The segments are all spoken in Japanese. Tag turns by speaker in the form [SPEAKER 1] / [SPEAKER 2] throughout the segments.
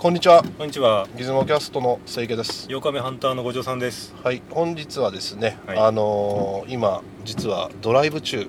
[SPEAKER 1] こんにちは。
[SPEAKER 2] こんにちは。
[SPEAKER 1] ギズモキャストの清家です。
[SPEAKER 2] 8日目ハンターの五条さんです。
[SPEAKER 1] はい、本日はですね、
[SPEAKER 2] はい
[SPEAKER 1] あのー今実はドライブ中、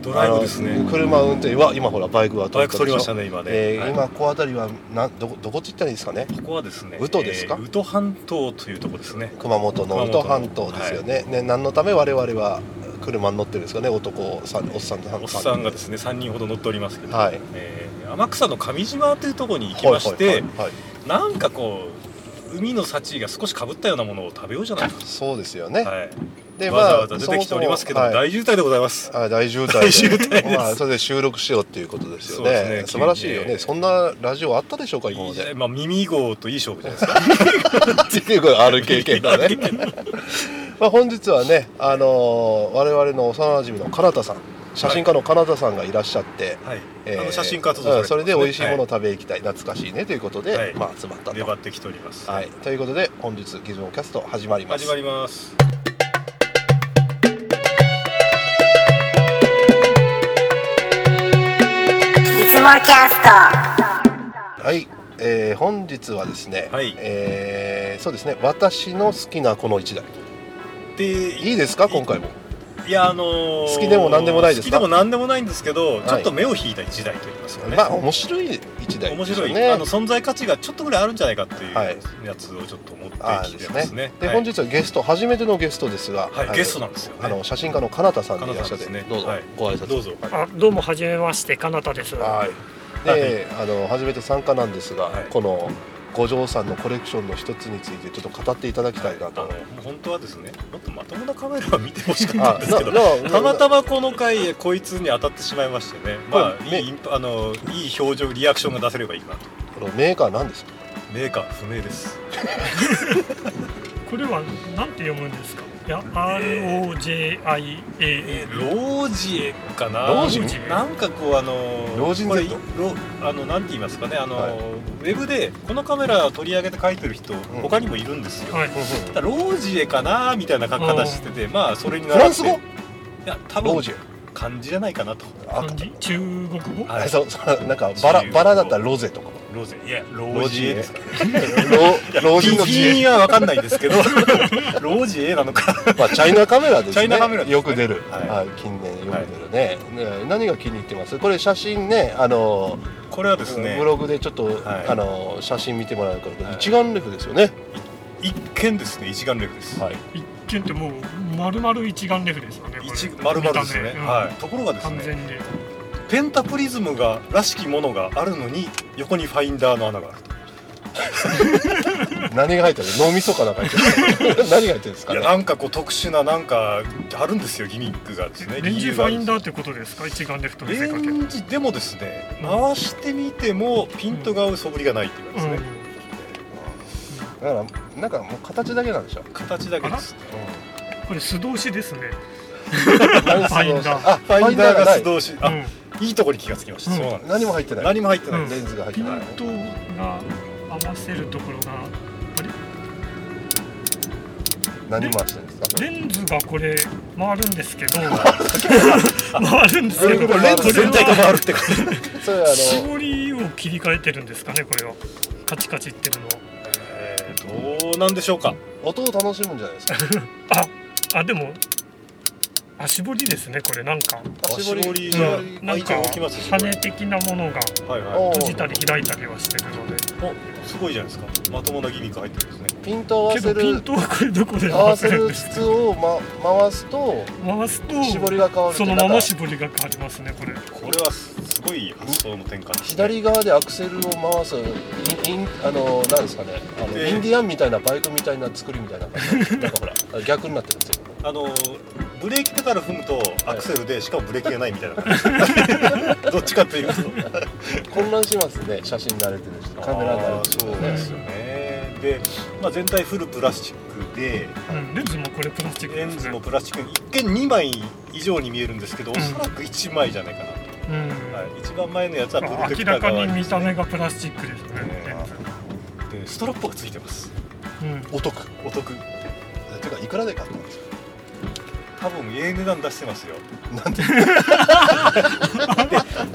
[SPEAKER 2] ドライブです
[SPEAKER 1] あの
[SPEAKER 2] ね。
[SPEAKER 1] 車運転は今ほらバイクは
[SPEAKER 2] バイク
[SPEAKER 1] 取
[SPEAKER 2] 取
[SPEAKER 1] り
[SPEAKER 2] り
[SPEAKER 1] ま
[SPEAKER 2] ま
[SPEAKER 1] し
[SPEAKER 2] したた
[SPEAKER 1] ね。
[SPEAKER 2] ね、今ね。
[SPEAKER 1] えー
[SPEAKER 2] はい
[SPEAKER 1] 今この辺りはなどこどこって言ったらいいですかね。
[SPEAKER 2] ここはですね、
[SPEAKER 1] 宇土ですか
[SPEAKER 2] えー宇土半島というところですね。
[SPEAKER 1] 熊本の
[SPEAKER 2] 熊
[SPEAKER 1] 宇
[SPEAKER 2] 本
[SPEAKER 1] 土半島ですよね。ね何のため我々は車に乗ってるんですかね。男さんおっさんさん
[SPEAKER 2] おっさんがですね、3人ほど乗っておりますけど、
[SPEAKER 1] はい
[SPEAKER 2] えー天草の上島というところに行きまして、
[SPEAKER 1] はいはいはいはい
[SPEAKER 2] なんかこう、海の幸が少しかぶったようなものを食べようじゃないか
[SPEAKER 1] そうですよね。
[SPEAKER 2] と。はい。
[SPEAKER 1] で
[SPEAKER 2] わざわざ出てきておりますけど、
[SPEAKER 1] そもそもはい
[SPEAKER 2] 大渋滞でございます。
[SPEAKER 1] あ大渋滞で
[SPEAKER 2] 大渋滞です
[SPEAKER 1] まあ、それで収録しようっていうことですよ
[SPEAKER 2] そう
[SPEAKER 1] ね
[SPEAKER 2] ですね
[SPEAKER 1] 素晴らしいよ
[SPEAKER 2] 急に
[SPEAKER 1] ね
[SPEAKER 2] ね
[SPEAKER 1] そんなラジオあったでしょうか今
[SPEAKER 2] い
[SPEAKER 1] ま
[SPEAKER 2] いじゃな
[SPEAKER 1] で
[SPEAKER 2] いまあ、耳号といい勝負じゃないですか。
[SPEAKER 1] っていう ことある経験 だねまあ本日はね、あのー我々の幼馴染の唐田さん写真家の唐田さんがいらっしゃって、
[SPEAKER 2] はい。
[SPEAKER 1] えー
[SPEAKER 2] あの写真家と
[SPEAKER 1] うんそれで美味しいものを食べ行きたい、懐かしいねということで、
[SPEAKER 2] はい
[SPEAKER 1] まあ集まったと、
[SPEAKER 2] 粘
[SPEAKER 1] は
[SPEAKER 2] ってきております。
[SPEAKER 1] い、ということで本日ギズモキャスト始まります
[SPEAKER 2] 始まります。
[SPEAKER 3] いつもキャスト
[SPEAKER 1] はい、えー本日はですね、
[SPEAKER 2] はい
[SPEAKER 1] えーそうですね私の好きなこの一台
[SPEAKER 2] で、
[SPEAKER 1] いいですか今回も
[SPEAKER 2] いやあのー
[SPEAKER 1] 好きでも何でもないですか
[SPEAKER 2] 好きでも何でもないんですけど、
[SPEAKER 1] い
[SPEAKER 2] ちょっと目を引いた時代といいますかね、
[SPEAKER 1] まあ面白い一台
[SPEAKER 2] 面
[SPEAKER 1] です
[SPEAKER 2] 白
[SPEAKER 1] よ
[SPEAKER 2] い、
[SPEAKER 1] ね
[SPEAKER 2] あの存在価値がちょっとぐらいあるんじゃないかってい
[SPEAKER 1] はいう
[SPEAKER 2] やつをちょっと持って
[SPEAKER 1] あー
[SPEAKER 2] き
[SPEAKER 1] で
[SPEAKER 2] て
[SPEAKER 1] す
[SPEAKER 2] ます
[SPEAKER 1] ね
[SPEAKER 2] ね。
[SPEAKER 1] で
[SPEAKER 2] はい
[SPEAKER 1] 本日はゲスト初めてのゲストですが、
[SPEAKER 2] はい、
[SPEAKER 1] あの
[SPEAKER 2] ゲストなんですよね。
[SPEAKER 1] あの写真家のかなたさんでいらっしゃって、
[SPEAKER 2] かなたさ
[SPEAKER 1] ど
[SPEAKER 2] んですね
[SPEAKER 1] うぞ
[SPEAKER 2] はい
[SPEAKER 1] ご挨拶
[SPEAKER 2] どうぞ
[SPEAKER 4] あどうもはじめましてかなたです。
[SPEAKER 1] はいで、あの初めて参加なんですが、
[SPEAKER 2] はい
[SPEAKER 1] この五条さんのコレクションの一つについてちょっと語っていただきたいな
[SPEAKER 2] あ
[SPEAKER 1] と
[SPEAKER 2] の本当はですね、もっとまともなカメラは見てほしかった
[SPEAKER 1] あ
[SPEAKER 2] んですけど、
[SPEAKER 1] なな
[SPEAKER 2] たまたまこの回こいつに当たってしまいましてね、ま
[SPEAKER 1] こ
[SPEAKER 2] あ
[SPEAKER 1] れね
[SPEAKER 2] いいインパあのいい表情リアクションが出せればいいかなと。
[SPEAKER 1] このメーカーなんですか
[SPEAKER 2] メーカー不明です。
[SPEAKER 4] これはなんて読むんですか。いや R O J I A
[SPEAKER 2] え
[SPEAKER 4] L
[SPEAKER 2] ーロージエかな
[SPEAKER 1] ロージ
[SPEAKER 4] エ
[SPEAKER 2] なんかこうあの
[SPEAKER 1] ロージン
[SPEAKER 2] これ
[SPEAKER 1] Z
[SPEAKER 2] ロあのなんて言いますかねあの、
[SPEAKER 1] はい
[SPEAKER 2] ウェブでこのカメラを取り上げて書いてる人、他にもいるんですよ、
[SPEAKER 4] はい。
[SPEAKER 2] ただロージエかなみたいな書き方しててまあそれに
[SPEAKER 1] フランス語
[SPEAKER 2] いや多
[SPEAKER 1] ロ
[SPEAKER 2] 分
[SPEAKER 1] ージェ
[SPEAKER 2] 漢字じゃないかなと
[SPEAKER 1] あ
[SPEAKER 4] 漢字中国語。
[SPEAKER 2] はい
[SPEAKER 1] そうそうなんかバラバラだったらロゼとか
[SPEAKER 2] ローゼいやロージエですか
[SPEAKER 1] ロ老人の知
[SPEAKER 2] 人
[SPEAKER 1] 恵、
[SPEAKER 2] は分かんないですけど ロージエなのか
[SPEAKER 1] まあ、チャイナカメラですね
[SPEAKER 2] チャイナカメラですね
[SPEAKER 1] よく出る、
[SPEAKER 2] はい
[SPEAKER 1] はい、近年よく出るね,ね、何が気に入ってますこれ写真ねあの
[SPEAKER 2] これはですね
[SPEAKER 1] ブログでちょっと、
[SPEAKER 2] はい
[SPEAKER 1] あの写真見てもらうから、これ
[SPEAKER 2] はい
[SPEAKER 1] 一眼レフですよね
[SPEAKER 2] 一見ですね一眼レフです、
[SPEAKER 1] はい
[SPEAKER 4] 一見ってもう丸々一眼レフですよね。これ
[SPEAKER 2] 一丸々ですね、
[SPEAKER 4] 見た目うん
[SPEAKER 2] はい、ところがです
[SPEAKER 4] 完
[SPEAKER 2] ね
[SPEAKER 4] 全で。
[SPEAKER 2] ペンタプリズムがらしきものがあるのに横にファインダーの穴があると
[SPEAKER 1] 何が入ってる脳みそかなんか入ってる 何が入ってるんですか
[SPEAKER 2] い
[SPEAKER 1] ね
[SPEAKER 2] やなんかこう特殊ななんかあるんですよギミックがですね
[SPEAKER 4] レンジファインダーっ
[SPEAKER 2] って
[SPEAKER 4] ことですか。一眼レフと見せ
[SPEAKER 2] レ
[SPEAKER 4] かけ。
[SPEAKER 2] ンジでもですね回してみてもピントが合う素振りがないっていうかですね、
[SPEAKER 1] だからなんかもう形だけなんでしょ、
[SPEAKER 2] 形だけですね
[SPEAKER 4] これ素通しですね。
[SPEAKER 1] 何
[SPEAKER 4] ファインダー
[SPEAKER 1] あフ
[SPEAKER 2] ファ
[SPEAKER 1] ァイ
[SPEAKER 2] イ
[SPEAKER 1] ン
[SPEAKER 2] ン
[SPEAKER 1] ダ
[SPEAKER 2] ダ
[SPEAKER 1] ーが
[SPEAKER 2] ー
[SPEAKER 1] な
[SPEAKER 2] が
[SPEAKER 1] い
[SPEAKER 2] 素通し、
[SPEAKER 4] う
[SPEAKER 2] あ
[SPEAKER 4] ん。
[SPEAKER 2] いいとこに気がつきました、
[SPEAKER 4] うん
[SPEAKER 2] そうなんです
[SPEAKER 1] 何も入ってない
[SPEAKER 2] 何も入ってない
[SPEAKER 4] うん
[SPEAKER 1] レンズが入って
[SPEAKER 4] ピン
[SPEAKER 1] ない、
[SPEAKER 4] トが合わせるところが。あれ
[SPEAKER 1] 何回してるんですか
[SPEAKER 4] レンズがこれ回るんです けど回るんですけど
[SPEAKER 1] これレンズ全体が
[SPEAKER 4] これは
[SPEAKER 2] 回るってこと
[SPEAKER 1] それあ
[SPEAKER 4] 絞りを切り替えてるんですかねこれはカチカチいってるのは
[SPEAKER 2] えーどうなんでしょうか
[SPEAKER 1] の音を楽しむんじゃないですか
[SPEAKER 4] ああでもあ絞りですねこれなんか、
[SPEAKER 2] 絞り
[SPEAKER 1] 絞り
[SPEAKER 2] じゃあ
[SPEAKER 4] うん、なん
[SPEAKER 2] 一
[SPEAKER 4] か
[SPEAKER 2] 応置きます絞り
[SPEAKER 4] 羽的なものが
[SPEAKER 2] はい
[SPEAKER 1] お
[SPEAKER 2] は
[SPEAKER 4] 閉じたり開いたりはしてるので
[SPEAKER 2] いおすごいじゃないですかまともなギミック入ってるんですね
[SPEAKER 1] ピントを合わ
[SPEAKER 4] け
[SPEAKER 1] せ
[SPEAKER 4] どピ
[SPEAKER 1] る
[SPEAKER 4] ントはこれどこで
[SPEAKER 1] 合
[SPEAKER 4] 合
[SPEAKER 1] わ
[SPEAKER 4] わ
[SPEAKER 1] せ
[SPEAKER 4] せる
[SPEAKER 1] る
[SPEAKER 4] んで
[SPEAKER 1] 筒
[SPEAKER 4] すか
[SPEAKER 1] を、ま、回すと
[SPEAKER 4] 回すと
[SPEAKER 1] 絞りが変わるって
[SPEAKER 4] その
[SPEAKER 1] な
[SPEAKER 4] ま
[SPEAKER 1] んか
[SPEAKER 4] ま絞りが変わりますねこれ
[SPEAKER 2] これはすすごい発想の転換です、ね、
[SPEAKER 1] 左側でアクセルを回すインインあのなんですかねあの、
[SPEAKER 2] で
[SPEAKER 1] インディアンみたいなバイクみたいな作りみたいな感じなんかほら逆になってるんですよ
[SPEAKER 2] あのブレーキペダル踏むとアクセルでしかもブレーキがないみたいな感 じどっちかというと
[SPEAKER 1] 混乱しますね写真慣れてる人カメラ慣れてる人
[SPEAKER 2] そうですよねで、まあ、全体フルプラスチックで
[SPEAKER 4] うんレンズもこれプラスチック
[SPEAKER 2] レン
[SPEAKER 4] です
[SPEAKER 2] ズ
[SPEAKER 4] ね
[SPEAKER 2] もプラスチック一見2枚以上に見えるんですけどおそらく1枚じゃないかなと、
[SPEAKER 4] うん
[SPEAKER 2] はい、一番前のやつはプロテ
[SPEAKER 4] 明
[SPEAKER 2] クタ
[SPEAKER 4] ら
[SPEAKER 2] ーが
[SPEAKER 4] かに見た目がプラスチックですね
[SPEAKER 2] ねでストラップがついてます
[SPEAKER 4] レンズ
[SPEAKER 1] お得
[SPEAKER 2] お得
[SPEAKER 1] てかいくらで買ったんですか
[SPEAKER 2] 多分ええ 値段出してますよ
[SPEAKER 1] なんて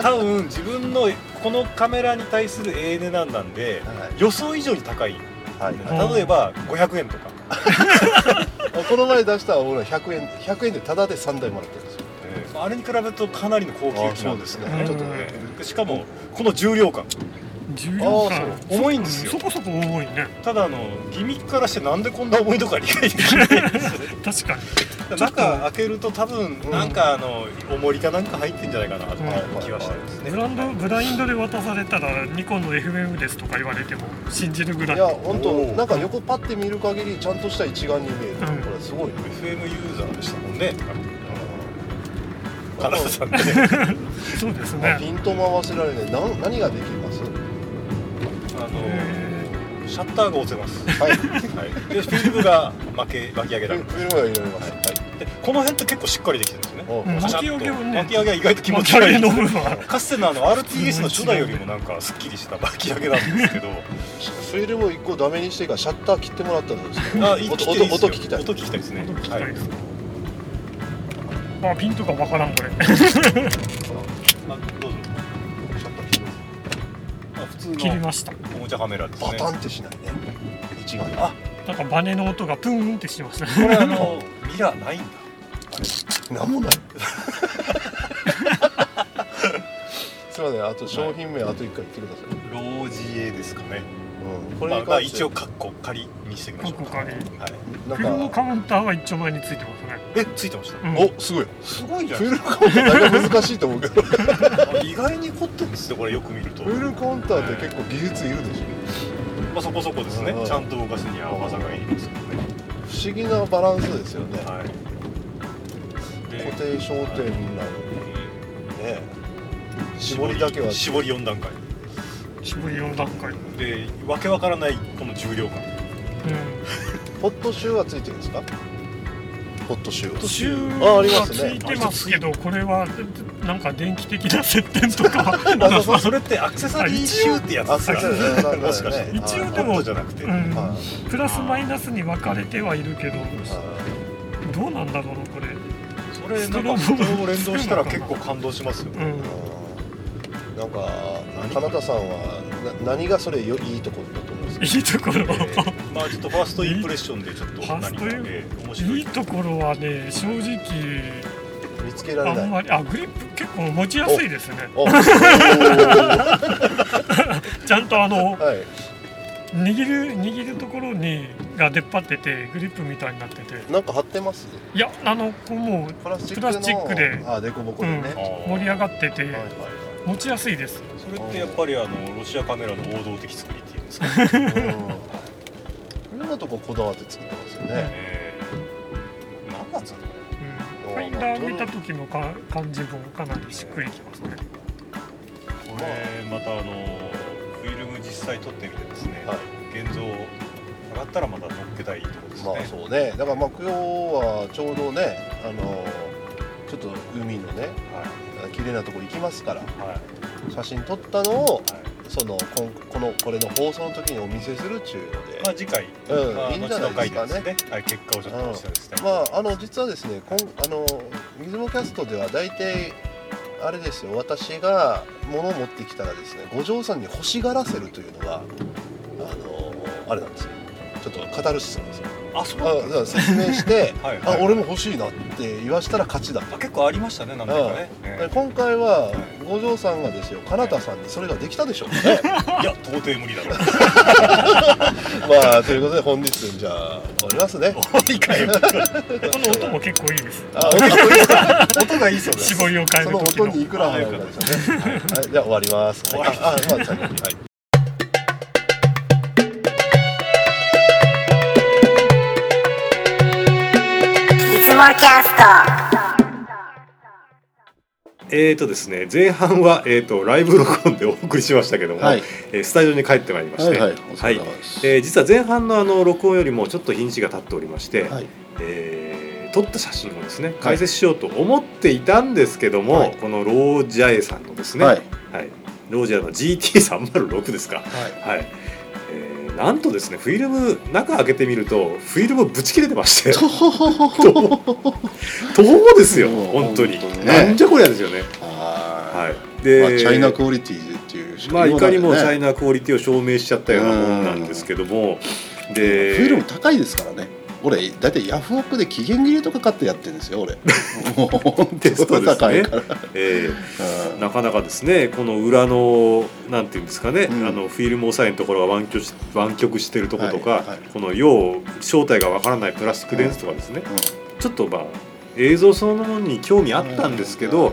[SPEAKER 2] 多分自分のこのカメラに対する AN なんなんで
[SPEAKER 1] は
[SPEAKER 2] 予想以上に高い
[SPEAKER 1] はい
[SPEAKER 4] うん
[SPEAKER 2] 例えば500円とか、
[SPEAKER 1] この前出した俺は100円100円でタダで3台もらってるんですよ
[SPEAKER 2] あれに比べるとかなりの高級機なんですね
[SPEAKER 1] あ
[SPEAKER 4] ー
[SPEAKER 2] ち
[SPEAKER 4] そ
[SPEAKER 2] ょっ
[SPEAKER 4] うです
[SPEAKER 2] と
[SPEAKER 4] ね
[SPEAKER 2] ねしかもこの重量感
[SPEAKER 4] 重量感
[SPEAKER 1] あー
[SPEAKER 2] そう重いんですよ
[SPEAKER 4] そこそこ重いね
[SPEAKER 2] ただあのギミックからしてなんでこんな重いとか理解できないんですよね
[SPEAKER 4] 確かに
[SPEAKER 2] 中開けると多分なんかあの重りかなんか入ってんじゃないかなっていう気はしたんですね
[SPEAKER 4] ブランドブラインドで渡されたらニコンの FMF ですとか言われても信じるぐらい
[SPEAKER 1] いや本当
[SPEAKER 2] おー
[SPEAKER 1] なんか横パッて見る限りちゃんとした一眼に見える、
[SPEAKER 4] うん
[SPEAKER 1] これすごいね
[SPEAKER 2] FM ユーザーでしたもんね
[SPEAKER 1] うん
[SPEAKER 2] カナダさんね
[SPEAKER 4] そうです
[SPEAKER 1] まあ
[SPEAKER 4] ね
[SPEAKER 1] ピントも合わせられないな何ができます
[SPEAKER 2] あ
[SPEAKER 4] へ
[SPEAKER 2] のシャッターが押せます
[SPEAKER 1] はい
[SPEAKER 2] はい、でフィルムが巻け巻き上げ
[SPEAKER 1] フィル
[SPEAKER 2] られる
[SPEAKER 1] フィルムが入れられますはい
[SPEAKER 2] でこの辺って結構しっかりできてるんですよね
[SPEAKER 1] おう
[SPEAKER 4] うん
[SPEAKER 2] カシャッと
[SPEAKER 4] 巻き上げもね
[SPEAKER 2] 巻き上げは意外と気持ち
[SPEAKER 4] まあ
[SPEAKER 2] 悪い
[SPEAKER 4] 誰飲むわ
[SPEAKER 2] かつてのあの RTS の初代よりもなんかすっきりした巻き上げなんですけど
[SPEAKER 1] フィルムを1個ダメにしてからシャッター切ってもらったらどうですか
[SPEAKER 2] あいい
[SPEAKER 1] 音
[SPEAKER 2] 来ていいですよ
[SPEAKER 1] 音聞きたい
[SPEAKER 2] 音聞きたいですね
[SPEAKER 4] 音聞きたいです
[SPEAKER 2] は
[SPEAKER 4] あピンとかわからんこれ
[SPEAKER 2] まあ、どうぞ、
[SPEAKER 1] シャッター切る
[SPEAKER 2] まあ、普通
[SPEAKER 4] 切り
[SPEAKER 2] の
[SPEAKER 4] ました
[SPEAKER 2] おもちゃカメラです
[SPEAKER 1] バ
[SPEAKER 2] ね
[SPEAKER 1] タンってしないね一眼
[SPEAKER 2] あ
[SPEAKER 4] なんかバネの音がプーンってしてました
[SPEAKER 2] これあのミラーないんだ
[SPEAKER 1] なんもないすいませんあと商品名あと1回言ってください、
[SPEAKER 2] ロージエですかね
[SPEAKER 1] うん、こ
[SPEAKER 2] こ
[SPEAKER 1] れ
[SPEAKER 2] れ
[SPEAKER 1] に
[SPEAKER 2] まあ
[SPEAKER 1] 関して
[SPEAKER 2] 一応カッコ仮にしてみましょうか
[SPEAKER 4] カッ
[SPEAKER 2] は
[SPEAKER 4] コ
[SPEAKER 2] い、
[SPEAKER 1] な
[SPEAKER 4] フィルム
[SPEAKER 1] んか
[SPEAKER 4] カウンターは一丁前についてますね
[SPEAKER 2] えついてました、
[SPEAKER 4] うん
[SPEAKER 1] おすごい
[SPEAKER 2] すごいじゃ
[SPEAKER 1] フ
[SPEAKER 2] な
[SPEAKER 1] ィル
[SPEAKER 2] い
[SPEAKER 1] ムカウンターなかなか難しいと思うけどフ
[SPEAKER 2] ですか意外に凝ってるんですよこれよく見ると
[SPEAKER 1] ィルムカウンターって結構技術いるでしょ
[SPEAKER 2] まあ、そこそこですね、
[SPEAKER 1] うん
[SPEAKER 2] ちゃんと動かすには技がいりますけどね、
[SPEAKER 1] 不思議なバランスですよね、
[SPEAKER 2] はい、
[SPEAKER 1] 固
[SPEAKER 2] で
[SPEAKER 1] 定焦点なのにね絞りだけは
[SPEAKER 2] 絞り4段階
[SPEAKER 4] 渋い4段階うん
[SPEAKER 2] でわけわからないこの重量感
[SPEAKER 1] ホットシューはついてるんですかホットシューは
[SPEAKER 4] シュ
[SPEAKER 1] ああり
[SPEAKER 4] が
[SPEAKER 1] ま
[SPEAKER 4] つ
[SPEAKER 1] すね
[SPEAKER 4] いてますけどこれはなんか電気的な接点と か
[SPEAKER 1] なさそ
[SPEAKER 4] は
[SPEAKER 1] う
[SPEAKER 2] それってアクセサリー集ってやつです
[SPEAKER 1] あ
[SPEAKER 2] か
[SPEAKER 1] 一応アクセサリー
[SPEAKER 2] もしかして
[SPEAKER 1] なんだ
[SPEAKER 4] よね一応で
[SPEAKER 2] で
[SPEAKER 4] も
[SPEAKER 2] もじゃなくて、
[SPEAKER 4] うん
[SPEAKER 1] は
[SPEAKER 4] プラスマイナスに分かれてはいるけど
[SPEAKER 1] い
[SPEAKER 4] どうなんだろうなこれ
[SPEAKER 2] それなんかそれも連動したら結構感動しますよ、
[SPEAKER 4] う
[SPEAKER 2] ね
[SPEAKER 4] ん
[SPEAKER 1] なん
[SPEAKER 2] 何
[SPEAKER 1] かカナダさんはな何がそれよいいところだと思うんですか
[SPEAKER 4] いいところ、
[SPEAKER 2] まあちょっとファーストインプレッションでちょっと何かで面白い
[SPEAKER 4] いいところはね正直
[SPEAKER 1] 見つけられ
[SPEAKER 4] あ
[SPEAKER 1] なんい
[SPEAKER 4] まりあグリップ結構持ちやすい ですね
[SPEAKER 1] お は
[SPEAKER 4] ちゃんとあ
[SPEAKER 1] い
[SPEAKER 4] の握る握るところにが出っ張っててグリップみたいになってて
[SPEAKER 1] なんか貼ってます
[SPEAKER 4] いやあのこうもう
[SPEAKER 1] プラスチック
[SPEAKER 4] プ
[SPEAKER 1] の
[SPEAKER 4] ラスチックで
[SPEAKER 1] あデコボコでね、
[SPEAKER 4] うん
[SPEAKER 1] はい
[SPEAKER 4] 盛り上がってて
[SPEAKER 1] はい
[SPEAKER 4] 持ちやすいです
[SPEAKER 2] それってやっぱりあのロシアカメラの王道的作りっていうんですかね、
[SPEAKER 1] うんいろんなとここだわって作ってますよね、
[SPEAKER 2] えー、何なんですかね
[SPEAKER 4] うんファインダー見た時のか感じもかなりしっくりきますね
[SPEAKER 2] これまたあのフィルム実際撮ってみてですね、
[SPEAKER 1] はい
[SPEAKER 2] 現像上がったらまた乗っけたいところですね、
[SPEAKER 1] まあそうねだからまあ今日はちょうどねあのちょっと海のね綺麗なとこ行きますから
[SPEAKER 2] はいはい
[SPEAKER 1] 写真撮ったのを
[SPEAKER 2] はい
[SPEAKER 1] そのこんこのこれの放送の時にお見せするっちゅうので、
[SPEAKER 2] まあ次回、
[SPEAKER 1] うん
[SPEAKER 2] まあ
[SPEAKER 1] いいんじゃないですかね
[SPEAKER 2] 後の回でですねはい、結果をちょっとお伝えしたいと
[SPEAKER 1] ま
[SPEAKER 2] 思います
[SPEAKER 1] ああの実はですねこんあの水もキャストでは大体あれですよ私が物を持ってきたらですね五条さんに欲しがらせるというのがあのあれなんですよちょっとカタルシスなんですよ
[SPEAKER 2] あそう
[SPEAKER 1] あ
[SPEAKER 2] な
[SPEAKER 1] だ
[SPEAKER 2] んで
[SPEAKER 1] から説明して
[SPEAKER 2] すはいはい
[SPEAKER 1] あ俺も欲しいなって言わしたら勝ちだ
[SPEAKER 2] あ結構ありましたねなんだかね、
[SPEAKER 1] で
[SPEAKER 2] え
[SPEAKER 1] 今回は五条さんがですよ金田さんにそれができたでしょうね
[SPEAKER 2] えいや到底無理 だろう
[SPEAKER 1] まあということで本日じゃあ終わりますね
[SPEAKER 2] 多いかよ
[SPEAKER 4] この音も結構いいです
[SPEAKER 1] あ音
[SPEAKER 2] 音がいいそうです
[SPEAKER 4] 絞りを変え
[SPEAKER 1] そ
[SPEAKER 4] る
[SPEAKER 1] の
[SPEAKER 4] 時
[SPEAKER 1] 音
[SPEAKER 4] の
[SPEAKER 1] にいくら払うかですよねはいじゃあ終わります
[SPEAKER 2] 終わり
[SPEAKER 1] ああまあ最後にはい
[SPEAKER 3] いつもキャスト
[SPEAKER 5] えーとですね、前半は、えー、とライブ録音でお送りしましたけども、
[SPEAKER 1] はい
[SPEAKER 5] えースタジオに帰ってまいりまして、
[SPEAKER 1] はいはいお疲れ様です
[SPEAKER 5] えー実は前半のあの録音よりもちょっと日にちが経っておりまして、
[SPEAKER 1] はい
[SPEAKER 5] えー撮った写真をですね解説しようと思っていたんですけども、
[SPEAKER 1] はい
[SPEAKER 5] このロージャエさんのですね、
[SPEAKER 1] はい
[SPEAKER 5] はいロージャエの GT306 ですか、はいえーなんとですねフィルム中開けてみるとフィルムぶち切れてま して
[SPEAKER 6] とほほほ
[SPEAKER 5] どうどうですよ
[SPEAKER 6] もう
[SPEAKER 5] 本当に
[SPEAKER 6] 本当にね
[SPEAKER 5] なんじゃこりゃですよね
[SPEAKER 6] は
[SPEAKER 5] はい、
[SPEAKER 2] で、
[SPEAKER 1] まあ、チャイナクオリティっていうし
[SPEAKER 2] まあいかにもチャイ
[SPEAKER 1] ナ
[SPEAKER 2] ナクオリティを証明しちゃったようなもんなんですけども、で
[SPEAKER 1] フィルム高いですからね俺大体ヤフオクで期限切れとか買ってやってるんです よ俺もう本当
[SPEAKER 2] テストですね
[SPEAKER 1] 高いから、
[SPEAKER 2] え
[SPEAKER 1] う
[SPEAKER 2] ー
[SPEAKER 1] ん
[SPEAKER 2] なかなかですねこの裏のなんていうんですかね、
[SPEAKER 1] うん
[SPEAKER 2] あのフィルム押さえのところが湾曲し湾曲してるとことか、
[SPEAKER 1] はいはい
[SPEAKER 2] この要正体がわからないプラスチックレンズとかですね、ちょっとまあ映像そのものに興味あったんですけど、
[SPEAKER 1] うん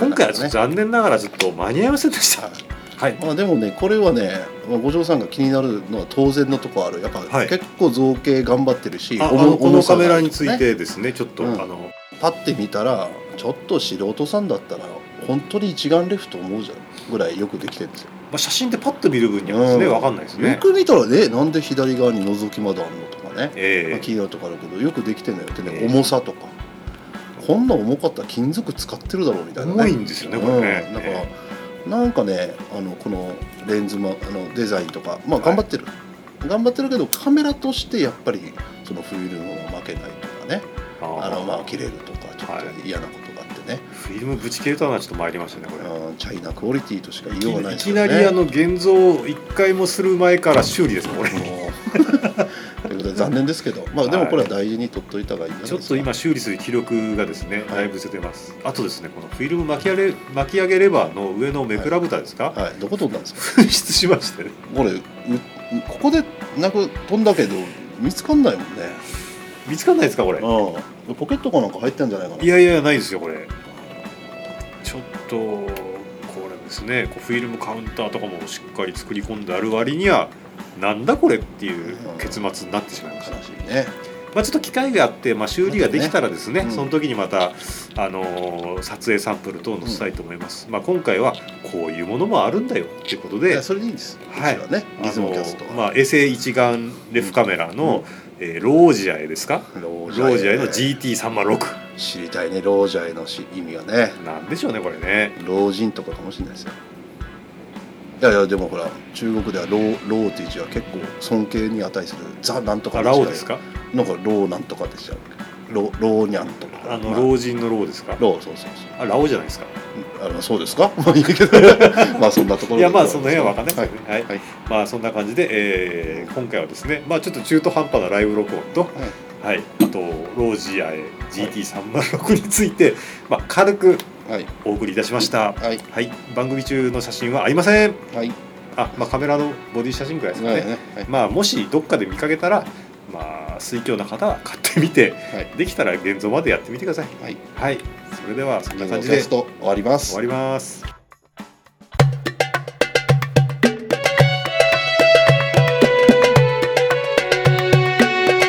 [SPEAKER 2] 今回はちょっと
[SPEAKER 1] ね
[SPEAKER 2] 残念ながらちょっと間に合いませんでした。はい、
[SPEAKER 1] まあ、でもねこれはね、まあ、五条さんが気になるのは当然のとこあるやっぱ、
[SPEAKER 2] はい
[SPEAKER 1] 結構造形頑張ってるし
[SPEAKER 2] ああ
[SPEAKER 1] 重
[SPEAKER 2] のこ
[SPEAKER 1] 重
[SPEAKER 2] の
[SPEAKER 1] さ
[SPEAKER 2] カ
[SPEAKER 1] が
[SPEAKER 2] メラについ
[SPEAKER 1] ね
[SPEAKER 2] てですねちょっと、
[SPEAKER 1] うん
[SPEAKER 2] あの
[SPEAKER 1] パッて見たらちょっと素人さんだったら本当に一眼レフと思うじゃんぐらいよくできてるんですよ、
[SPEAKER 2] まあ、写真でパッと見る分にはですね、
[SPEAKER 1] うん
[SPEAKER 2] わかんないです
[SPEAKER 1] よ
[SPEAKER 2] ね。
[SPEAKER 1] く見たらねなんで左側に覗き窓あるのとかね、
[SPEAKER 2] え
[SPEAKER 1] まあ、
[SPEAKER 2] え
[SPEAKER 1] 気になるとこあるけどよくできてんだよってね、
[SPEAKER 2] ええ
[SPEAKER 1] 重さとかこんな重かったら金属使ってるだろうみたいなね
[SPEAKER 2] 重いんですよねこれね。
[SPEAKER 1] うん、なんか、な
[SPEAKER 2] え
[SPEAKER 1] んかねあのこのレンズもあのデザインとかまあ頑張ってる、頑張ってるけどカメラとしてやっぱりそのフィルムが負けないとかね
[SPEAKER 2] え
[SPEAKER 1] あ
[SPEAKER 2] あ
[SPEAKER 1] の
[SPEAKER 2] の
[SPEAKER 1] まあ切れるとかちょ
[SPEAKER 2] は
[SPEAKER 1] っと嫌なことがあってね、
[SPEAKER 2] フィルムぶち切れたのはちょっと参りましたねこれ。
[SPEAKER 1] うんチャイナクオリティとしか言いようがない
[SPEAKER 2] い
[SPEAKER 1] です
[SPEAKER 2] き
[SPEAKER 1] よ
[SPEAKER 2] な
[SPEAKER 1] ね
[SPEAKER 2] りあの現像を一回もする前から修理です これ。
[SPEAKER 1] もうということで残念ですけどまあでもこれは大事に取っといた方がいいんじゃない
[SPEAKER 2] ちょ
[SPEAKER 1] で
[SPEAKER 2] っ
[SPEAKER 1] すか
[SPEAKER 2] と今修理する記録がですね、
[SPEAKER 1] い
[SPEAKER 2] だいぶ捨ててます。あとですね、このフィルム巻き上げ巻き上げレバーの上のめくら蓋ですか、
[SPEAKER 1] はいどこ飛んだんですか
[SPEAKER 2] 紛失しましてね。
[SPEAKER 1] これうここでなく飛んだけど見つかんないもんね
[SPEAKER 2] 見つかんないですかこれ？
[SPEAKER 1] うんポケットかなんか入ってんじゃないかない
[SPEAKER 2] やいやないですよこれ。ちょっとこれですね、こうフィルムカウンターとかもしっかり作り込んである割には。なんだこれっていう結末になってしまいました。
[SPEAKER 1] 悲しいね
[SPEAKER 2] まあ、ちょっと機会があって、まあ、修理ができたらですね
[SPEAKER 1] うん
[SPEAKER 2] その時にまた、あのー撮影サンプル等を載せたいと思います、まあ、今回はこういうものもあるんだよっていうこと
[SPEAKER 1] い
[SPEAKER 2] で
[SPEAKER 1] やそれでいいんです
[SPEAKER 2] はいう
[SPEAKER 1] ちはねリズムキャスト
[SPEAKER 2] あの
[SPEAKER 1] は、
[SPEAKER 2] ーまあ、衛星一眼レフカメラの、えーロージャエですか
[SPEAKER 1] ロ
[SPEAKER 2] ロ
[SPEAKER 1] ジャエ
[SPEAKER 2] ージャエの GT306
[SPEAKER 1] 知りたいねロージャイのし意味はね
[SPEAKER 2] なんでしょうねこれね
[SPEAKER 1] 老人とかかもしれないですよいやいやでもほら中国では老老っていう字は結構尊敬に値するザなんとか
[SPEAKER 2] あ
[SPEAKER 1] の
[SPEAKER 2] ラ
[SPEAKER 1] 時代
[SPEAKER 2] オですか
[SPEAKER 1] なんか老なんとかでしたよ老老にゃんとか
[SPEAKER 2] あの
[SPEAKER 1] ま
[SPEAKER 2] 老人の老ですか
[SPEAKER 1] 老そうそう
[SPEAKER 2] あラオじゃないですか
[SPEAKER 1] そうあのそうですか まあいいけどまあそんなところ
[SPEAKER 2] い
[SPEAKER 1] で
[SPEAKER 2] やまあその辺は分かんないです
[SPEAKER 1] は
[SPEAKER 2] よ
[SPEAKER 1] い
[SPEAKER 2] ねはい、
[SPEAKER 1] はい
[SPEAKER 2] まあそんな感じで、えー今回はですねまあちょっと中途半端なライブ録音と
[SPEAKER 1] はい
[SPEAKER 2] はい、あとロージア GT306 について、まあ、軽く
[SPEAKER 1] はい
[SPEAKER 2] お送りいたしました、
[SPEAKER 1] はい
[SPEAKER 2] はい、番組中の写真はありません
[SPEAKER 1] はい
[SPEAKER 2] あ、まあ、カメラのボディ写真くらいですか
[SPEAKER 1] は
[SPEAKER 2] ね、
[SPEAKER 1] いはい
[SPEAKER 2] まあ、もしどっかで見かけたら、まあ、水郷な方は買ってみて、
[SPEAKER 1] い
[SPEAKER 2] できたら現像までやってみてください、
[SPEAKER 1] はい
[SPEAKER 2] はい、それではそん
[SPEAKER 1] リ
[SPEAKER 2] な
[SPEAKER 1] ズム
[SPEAKER 2] 感
[SPEAKER 1] キ
[SPEAKER 2] じ
[SPEAKER 1] ャ
[SPEAKER 2] で
[SPEAKER 1] スト終わります
[SPEAKER 2] 終わります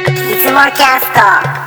[SPEAKER 3] いつもキャスト